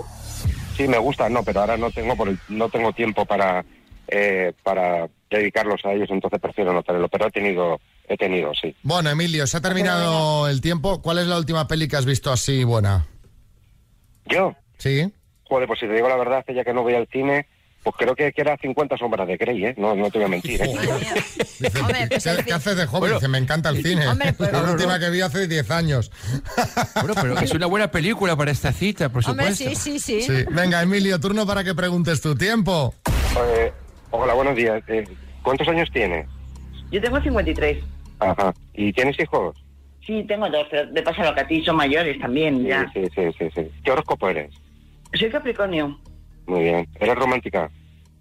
[SPEAKER 5] Sí, me gusta, no, pero ahora no tengo por el- no tengo tiempo para eh, para dedicarlos a ellos, entonces prefiero no tenerlo. Pero he tenido, he tenido, sí.
[SPEAKER 1] Bueno, Emilio, se ha terminado el tiempo. ¿Cuál es la última peli que has visto así buena?
[SPEAKER 5] ¿Yo?
[SPEAKER 1] Sí.
[SPEAKER 5] Joder, pues si te digo la verdad, hace ya que no voy al cine, pues creo que, que era 50 sombras de Grey, ¿eh? No, no te voy a mentir, ¿eh?
[SPEAKER 1] Dice, ¿qué, qué haces de joven? Dice, me encanta el cine.
[SPEAKER 5] Hombre, pues-
[SPEAKER 1] la
[SPEAKER 5] No, no,
[SPEAKER 1] última que vi hace 10 años.
[SPEAKER 9] Bueno, pero es una buena película para esta cita, por
[SPEAKER 2] Hombre,
[SPEAKER 9] supuesto.
[SPEAKER 2] sí, sí, sí.
[SPEAKER 1] Venga, Emilio, turno para que preguntes tu tiempo.
[SPEAKER 5] Eh, hola, buenos días. Eh, ¿Cuántos años tienes?
[SPEAKER 4] Yo tengo 53.
[SPEAKER 5] Ajá. ¿Y tienes hijos?
[SPEAKER 4] Sí, tengo dos, pero de paso lo que a ti son mayores también, ya.
[SPEAKER 5] Sí, sí, sí, sí. ¿Qué horóscopo eres?
[SPEAKER 4] Soy Capricornio,
[SPEAKER 5] Muy bien. ¿Eres romántica?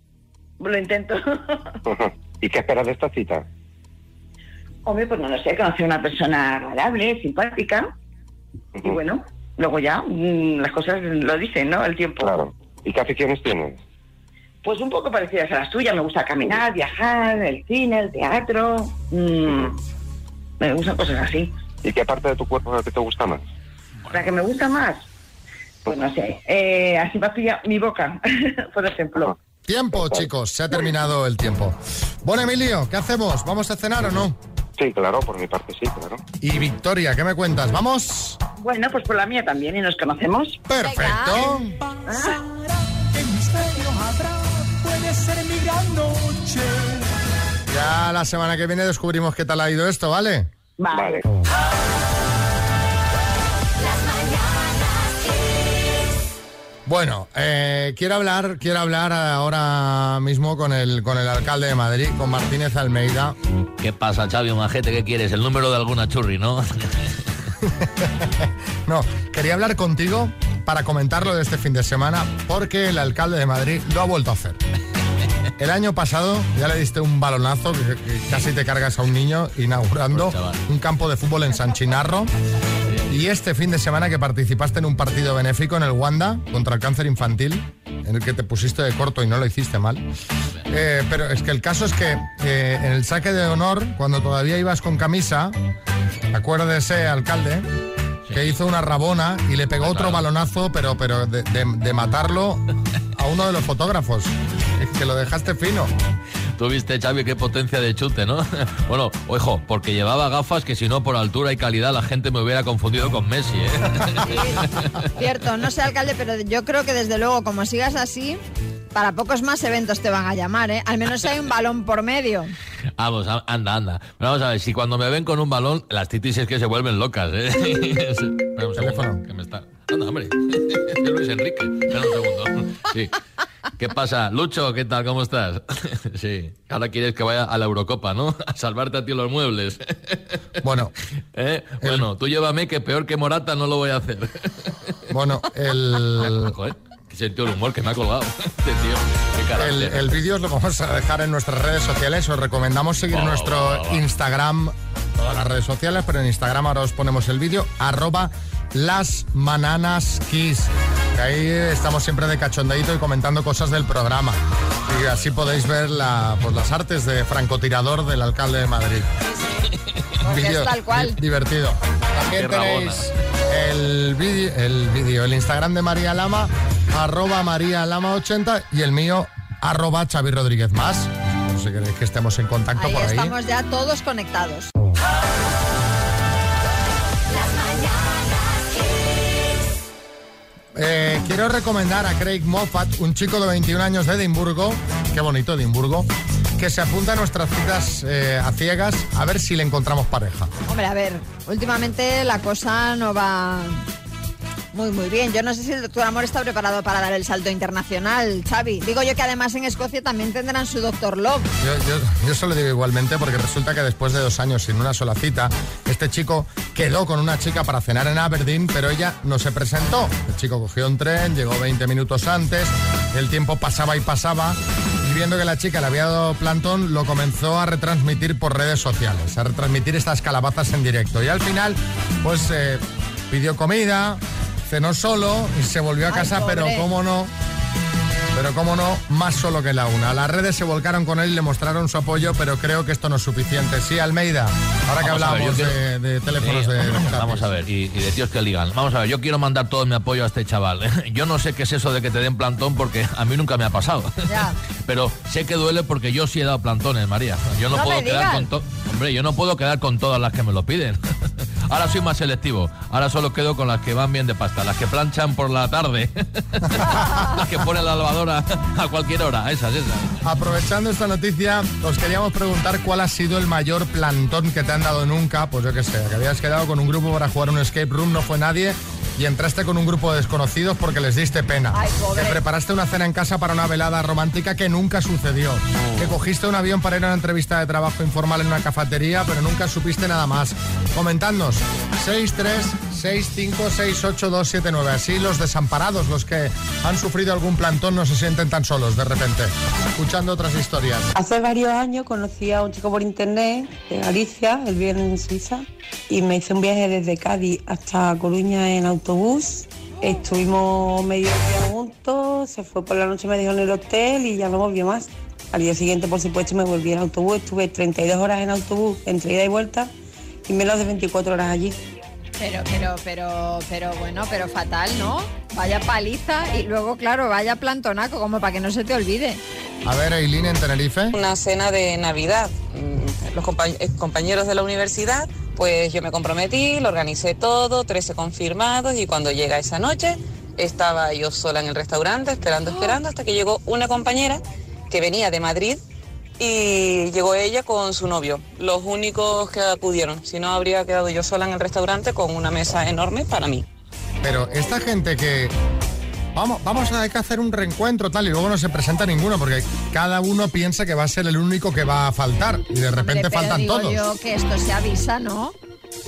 [SPEAKER 4] lo intento.
[SPEAKER 5] ¿Y qué esperas de esta cita?
[SPEAKER 4] Hombre, pues no lo sé, conocí a una persona agradable, simpática. Y bueno, luego ya mm, las cosas lo dicen, ¿no? El tiempo.
[SPEAKER 5] Claro. ¿Y qué aficiones tienes?
[SPEAKER 4] Pues un poco parecidas a las tuyas. Me gusta caminar, viajar, el cine, el teatro. mm, me gustan cosas así.
[SPEAKER 5] ¿Y qué parte de tu cuerpo es la que te gusta más?
[SPEAKER 4] La que me gusta más, pues no sé. eh, así me pilla mi boca, por ejemplo.
[SPEAKER 1] Tiempo, chicos, se ha terminado el tiempo. Bueno, Emilio, ¿qué hacemos? ¿Vamos a cenar o no?
[SPEAKER 5] Sí, claro, por mi parte sí, claro.
[SPEAKER 1] Y Victoria, ¿qué me cuentas? ¿Vamos?
[SPEAKER 4] Bueno, pues por la mía también y nos conocemos.
[SPEAKER 1] Perfecto.
[SPEAKER 20] ¿Qué misterios habrá? Puede ser mi gran noche.
[SPEAKER 1] Ya la semana que viene descubrimos qué tal ha ido esto, ¿vale?
[SPEAKER 4] Vale.
[SPEAKER 1] Bueno, eh, quiero hablar, quiero hablar ahora mismo con el con el alcalde de Madrid, con Martínez Almeida.
[SPEAKER 9] ¿Qué pasa, Xavi? Majete, ¿qué quieres? El número de alguna churri, ¿no?
[SPEAKER 1] No, quería hablar contigo para comentarlo de este fin de semana, porque el alcalde de Madrid lo ha vuelto a hacer. El año pasado ya le diste un balonazo que, que casi te cargas a un niño inaugurando un campo de fútbol en San Chinarro. Y este fin de semana que participaste en un partido benéfico en el Wanda contra el cáncer infantil, en el que te pusiste de corto y no lo hiciste mal. Eh, pero es que el caso es que eh, en el saque de honor, cuando todavía ibas con camisa, acuérdese, alcalde, que hizo una rabona y le pegó otro balonazo, pero, pero de, de- de matarlo a uno de los fotógrafos. Es que lo dejaste fino.
[SPEAKER 9] Tú viste, Xavi, qué potencia de chute, ¿no? Bueno, ojo, porque llevaba gafas que si no por altura y calidad la gente me hubiera confundido con Messi, ¿eh?
[SPEAKER 2] Cierto, no sé, alcalde, pero yo creo que desde luego, como sigas así, para pocos más eventos te van a llamar, ¿eh? Al menos hay un balón por medio.
[SPEAKER 9] Vamos, a- anda, anda. Pero vamos a ver, si cuando me ven con un balón, las titis es que se vuelven locas, ¿eh? Espera un Teléfono. Que me está... Anda, hombre. Es Luis Enrique. Espera un segundo. Sí. ¿Qué pasa? Lucho, ¿qué tal? ¿Cómo estás? Sí. Ahora quieres que vaya a la Eurocopa, ¿no? A salvarte a ti los muebles.
[SPEAKER 1] Bueno.
[SPEAKER 9] ¿Eh? Bueno, tú llévame que peor que Morata no lo voy a hacer.
[SPEAKER 1] Bueno, el...
[SPEAKER 9] Joder, qué sentido el humor que me ha colgado. Este tío, qué
[SPEAKER 1] El,
[SPEAKER 9] carácter.
[SPEAKER 1] el vídeo os lo vamos a dejar en nuestras redes sociales. Os recomendamos seguir
[SPEAKER 9] Va, va,
[SPEAKER 1] nuestro
[SPEAKER 9] va, va, va.
[SPEAKER 1] Instagram, todas las redes sociales, pero en Instagram ahora os ponemos el vídeo, arroba las mananas kiss. Que ahí estamos siempre de cachondeito y comentando cosas del programa. Y así podéis ver la- pues, las artes de francotirador del alcalde de Madrid. Un
[SPEAKER 2] Porque Pues es
[SPEAKER 1] vídeo
[SPEAKER 2] tal cual.
[SPEAKER 1] di- Divertido. También
[SPEAKER 9] Qué rabona.
[SPEAKER 1] tenéis el vídeo, el vídeo, el Instagram de María Lama, arroba María Lama 80 y el mío, arroba Xavi Rodríguez más. Por si queréis que estemos en contacto
[SPEAKER 2] Ahí
[SPEAKER 1] por ahí.
[SPEAKER 2] estamos ya todos conectados.
[SPEAKER 1] Eh, quiero recomendar a Craig Moffat, un chico de 21 años de Edimburgo, qué bonito Edimburgo, que se apunta a nuestras citas eh, a ciegas a ver si le encontramos pareja.
[SPEAKER 2] Hombre, a ver, últimamente la cosa no va muy, muy bien. Yo no sé si el doctor Amor está preparado para dar el salto internacional, Xavi. Digo yo que además en Escocia también tendrán su doctor Love.
[SPEAKER 1] Yo, yo, yo se lo digo igualmente porque resulta que después de dos años sin una sola cita, este chico quedó con una chica para cenar en Aberdeen, pero ella no se presentó. El chico cogió un tren, llegó 20 minutos antes, el tiempo pasaba y pasaba, y viendo que la chica le había dado plantón, lo comenzó a retransmitir por redes sociales, a retransmitir estas calabazas en directo. Y al final, pues eh, pidió comida, cenó solo y se volvió a
[SPEAKER 3] Ay,
[SPEAKER 1] casa, pero
[SPEAKER 3] pobre.
[SPEAKER 1] cómo no, pero cómo no, más solo que la una. Las redes se volcaron con él y le mostraron su apoyo, pero creo que esto no es suficiente. Sí, Almeida, ahora que
[SPEAKER 9] Vamos a ver,
[SPEAKER 1] hablamos
[SPEAKER 9] yo
[SPEAKER 1] de,
[SPEAKER 9] quiero-
[SPEAKER 1] de teléfonos
[SPEAKER 9] Sí,
[SPEAKER 1] de...
[SPEAKER 9] Vamos a ver, y, y de tíos que ligan. Vamos a ver, yo quiero mandar todo mi apoyo a este chaval. Yo no sé qué es eso de que te den plantón porque a mí nunca me ha pasado. Pero sé que duele porque yo sí he dado plantones, María. Yo no,
[SPEAKER 2] No
[SPEAKER 9] puedo
[SPEAKER 2] me
[SPEAKER 9] quedar
[SPEAKER 2] digas.
[SPEAKER 9] con to- Hombre, yo no puedo quedar con todas las que me lo piden. Ahora soy más selectivo. Ahora solo quedo con las que van bien de pasta, las que planchan por la tarde, las que ponen la lavadora a cualquier hora, esas, esas.
[SPEAKER 1] Aprovechando esta noticia, os queríamos preguntar cuál ha sido el mayor plantón que te han dado nunca. Pues yo qué sé, que habías quedado con un grupo para jugar un escape room, no fue nadie, y entraste con un grupo de desconocidos porque les diste pena. Que preparaste una cena en casa para una velada romántica que nunca sucedió. Que cogiste un avión para ir a una entrevista de trabajo informal en una cafetería, pero nunca supiste nada más. Comentadnos, 636568279. Así los desamparados, los que han sufrido algún plantón, no se sienten tan solos de repente, escuchando otras historias.
[SPEAKER 4] Hace varios años conocí a un chico por internet de Galicia, el viernes en Suiza, y me hice un viaje desde Cádiz hasta Coruña en autobús. Estuvimos medio día juntos, se fue por la noche, me dejó en el hotel y ya no volvió más. Al día siguiente, por supuesto, me volví en autobús, estuve 32 horas en autobús, entre ida y vuelta, y menos de 24 horas allí.
[SPEAKER 2] Pero, pero, pero, pero bueno, pero fatal, ¿no? Vaya paliza y luego, claro, vaya plantonaco, como para que no se te olvide.
[SPEAKER 1] A ver, Eileen en Tenerife.
[SPEAKER 21] Una cena de Navidad. Mm, Los compa- eh, compañeros de la universidad, pues yo me comprometí, lo organicé todo, 13 confirmados y cuando llega esa noche estaba yo sola en el restaurante esperando, esperando hasta que llegó una compañera que venía de Madrid y llegó ella con su novio, los únicos que acudieron. Si no, habría quedado yo sola en el restaurante con una mesa enorme para mí.
[SPEAKER 1] Pero esta gente que... Vamos, vamos a hay que hacer un reencuentro tal y luego no se presenta ninguno porque cada uno piensa que va a ser el único que va a faltar y de repente
[SPEAKER 2] Hombre, pero
[SPEAKER 1] faltan
[SPEAKER 2] digo
[SPEAKER 1] todos.
[SPEAKER 2] yo que esto se avisa, ¿no?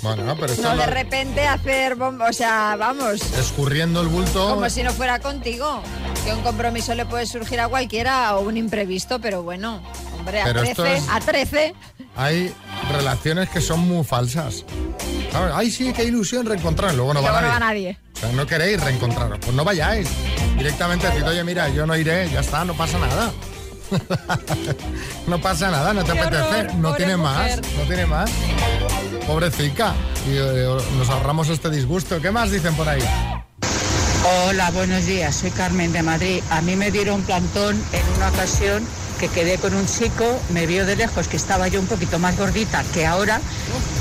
[SPEAKER 1] Bueno, pero esto
[SPEAKER 2] No de
[SPEAKER 1] no-
[SPEAKER 2] repente hacer bomba, o sea, vamos,
[SPEAKER 1] escurriendo el bulto.
[SPEAKER 2] como si no fuera contigo. Que un compromiso le puede surgir a cualquiera o un imprevisto, pero bueno, hombre, a
[SPEAKER 1] Pero
[SPEAKER 2] 13,
[SPEAKER 1] esto es-
[SPEAKER 2] a 13.
[SPEAKER 1] Hay relaciones que son muy falsas. ¿Sabes? Ay, sí, qué ilusión reencontrar. Luego no
[SPEAKER 2] que
[SPEAKER 1] va
[SPEAKER 2] no
[SPEAKER 1] nadie.
[SPEAKER 2] va nadie.
[SPEAKER 1] O sea, no queréis reencontraros. Pues no vayáis. Directamente decid, oye, mira, yo no iré, ya está, no pasa nada. no pasa nada, no te
[SPEAKER 3] Qué
[SPEAKER 1] apetece.
[SPEAKER 3] horror,
[SPEAKER 1] no
[SPEAKER 3] pobre
[SPEAKER 1] tiene más,
[SPEAKER 3] mujer.
[SPEAKER 1] no tiene más. Pobrecita. Y eh, nos ahorramos este disgusto. ¿Qué más dicen por ahí?
[SPEAKER 6] Hola, buenos días. Soy Carmen de Madrid. A mí me dieron plantón en una ocasión que quedé con un chico, me vio de lejos que estaba yo un poquito más gordita que ahora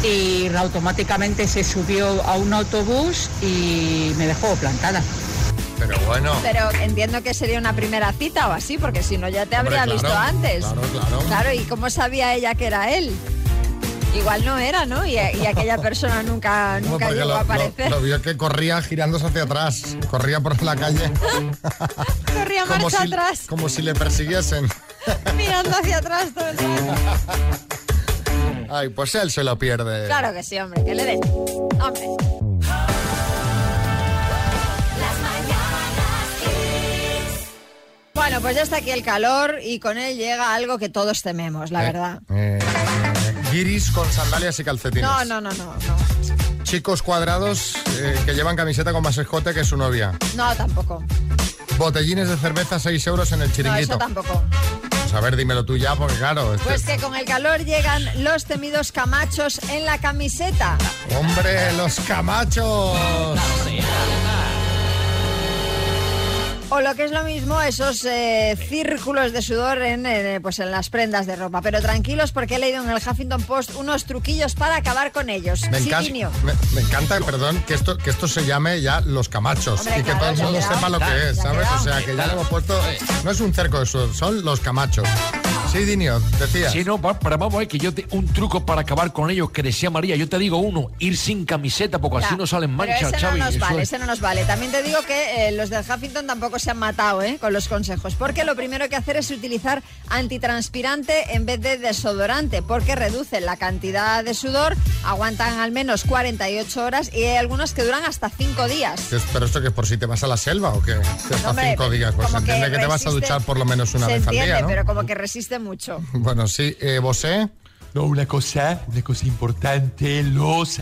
[SPEAKER 6] y automáticamente se subió a un autobús y me dejó plantada.
[SPEAKER 1] Pero bueno.
[SPEAKER 2] Pero entiendo que sería una primera cita o así, porque si no ya te
[SPEAKER 1] Hombre,
[SPEAKER 2] habría
[SPEAKER 1] claro,
[SPEAKER 2] visto antes.
[SPEAKER 1] Claro, claro.
[SPEAKER 2] Claro, ¿y cómo sabía ella que era él? Igual no era, ¿no? Y, y aquella persona nunca,
[SPEAKER 1] No,
[SPEAKER 2] nunca
[SPEAKER 1] porque
[SPEAKER 2] llegó
[SPEAKER 1] lo, lo-
[SPEAKER 2] a aparecer.
[SPEAKER 1] lo vio que corría girándose hacia atrás, corría por la calle.
[SPEAKER 2] Corría
[SPEAKER 1] como
[SPEAKER 2] marcha
[SPEAKER 1] si-
[SPEAKER 2] atrás,
[SPEAKER 1] Como si le persiguiesen.
[SPEAKER 2] mirando hacia atrás todo el rato.
[SPEAKER 1] Ay, pues él se lo pierde.
[SPEAKER 2] Claro que sí, hombre, que le den. Hombre. Bueno, pues ya está aquí el calor y con él llega algo que todos tememos, la
[SPEAKER 1] Eh,
[SPEAKER 2] verdad.
[SPEAKER 1] eh, guiris con sandalias y calcetines.
[SPEAKER 2] No, no, no, no, no.
[SPEAKER 1] Chicos cuadrados eh, que llevan camiseta con más escote que su novia.
[SPEAKER 2] No, tampoco.
[SPEAKER 1] Botellines de cerveza 6 euros en el
[SPEAKER 2] No, eso
[SPEAKER 1] chiringuito.
[SPEAKER 2] tampoco.
[SPEAKER 1] Pues a ver, dímelo tú ya, porque claro, este-
[SPEAKER 2] Pues que con el calor llegan los temidos camachos en la camiseta.
[SPEAKER 1] ¡Hombre, los camachos!
[SPEAKER 2] O lo que es lo mismo, esos eh, círculos de sudor en, eh, pues en las prendas de ropa. Pero tranquilos porque he leído en el Huffington Post unos truquillos para acabar con ellos.
[SPEAKER 1] Me,
[SPEAKER 2] Sí,
[SPEAKER 1] encanta,
[SPEAKER 2] Quinio.
[SPEAKER 1] me, me encanta, perdón, que esto, que esto se llame ya los camachos
[SPEAKER 2] Hombre,
[SPEAKER 1] y que
[SPEAKER 2] claro,
[SPEAKER 1] todo el
[SPEAKER 2] ya ha
[SPEAKER 1] mundo
[SPEAKER 2] quedado.
[SPEAKER 1] sepa lo que
[SPEAKER 2] Ya
[SPEAKER 1] es,
[SPEAKER 2] ha
[SPEAKER 1] ¿sabes?
[SPEAKER 2] quedado.
[SPEAKER 1] O sea, que ya le hemos puesto... eh, No es un cerco de sudor, son los camachos. Sí, Dinio, decía.
[SPEAKER 3] Sí, no, va- pero vamos a ver que yo te, un truco para acabar con ellos que decía María. Yo te digo uno, ir sin camiseta, porque
[SPEAKER 2] Ya,
[SPEAKER 3] así no salen
[SPEAKER 2] pero
[SPEAKER 3] manchas,
[SPEAKER 2] ese
[SPEAKER 3] Xavi.
[SPEAKER 2] no nos
[SPEAKER 3] eso
[SPEAKER 2] vale,
[SPEAKER 3] es.
[SPEAKER 2] ese no nos vale. También te digo que eh, los del Huffington tampoco se han matado ¿eh? con los consejos, porque lo primero que hacer es utilizar antitranspirante en vez de desodorante, porque reducen la cantidad de sudor, aguantan al menos 48 horas y hay algunos que duran hasta 5 días.
[SPEAKER 1] Que es- Pero esto que es por si te vas a la selva o qué? Si hasta
[SPEAKER 2] Hombre,
[SPEAKER 1] cinco días, pues se
[SPEAKER 2] como que
[SPEAKER 1] entiende que, te vas a
[SPEAKER 2] resiste-
[SPEAKER 1] duchar por lo menos una
[SPEAKER 2] se
[SPEAKER 1] vez
[SPEAKER 2] entiende,
[SPEAKER 1] al día, ¿no?
[SPEAKER 2] pero como que resiste mucho.
[SPEAKER 1] Bueno, sí, eh, Bosé.
[SPEAKER 22] No, una cosa, una cosa importante, los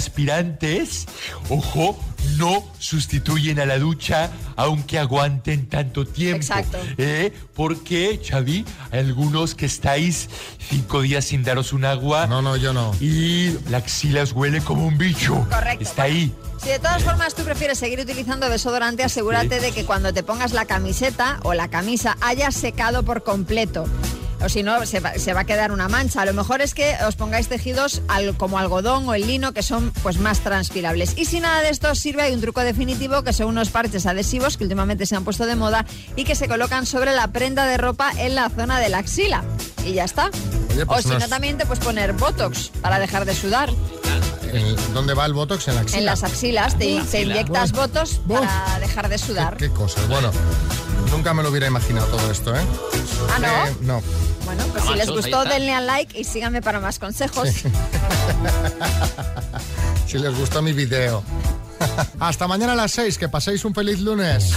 [SPEAKER 22] antitranspirantes, ojo, no sustituyen a la ducha aunque aguanten tanto tiempo.
[SPEAKER 2] Exacto.
[SPEAKER 22] ¿Eh? Porque, Xavi, hay algunos que estáis cinco días sin daros un agua. No,
[SPEAKER 1] no, yo no.
[SPEAKER 22] Y la axila os huele como un bicho.
[SPEAKER 2] Correcto.
[SPEAKER 22] Está ahí.
[SPEAKER 2] Si de todas formas tú prefieres seguir utilizando desodorante, asegúrate de que cuando te pongas la camiseta o la camisa haya secado por completo. O si no, se va, se va a quedar una mancha. A lo mejor es que os pongáis tejidos al- como algodón o el lino, que son pues más transpirables. Y si nada de esto os sirve, hay un truco definitivo, que son unos parches adhesivos que últimamente se han puesto de moda y que se colocan sobre la prenda de ropa en la zona de la axila. Y ya está.
[SPEAKER 1] Oye, pues
[SPEAKER 2] o si no,
[SPEAKER 1] unos-
[SPEAKER 2] también te puedes poner Botox para dejar de sudar.
[SPEAKER 1] ¿En- ¿Dónde va el botox? En la axila.
[SPEAKER 2] En las axilas te,
[SPEAKER 1] Axila.
[SPEAKER 2] te inyectas botos para dejar de sudar.
[SPEAKER 1] Qué cosas. Bueno, nunca me lo hubiera imaginado todo esto, ¿eh?
[SPEAKER 2] Ah, ¿no?
[SPEAKER 1] Eh, no.
[SPEAKER 2] Bueno, pues si
[SPEAKER 1] Camachos,
[SPEAKER 2] les
[SPEAKER 1] ahí
[SPEAKER 2] gustó,
[SPEAKER 1] está.
[SPEAKER 2] denle al like y síganme para más consejos.
[SPEAKER 1] Si les gustó mi video. Hasta mañana a las 6, que paséis un feliz lunes.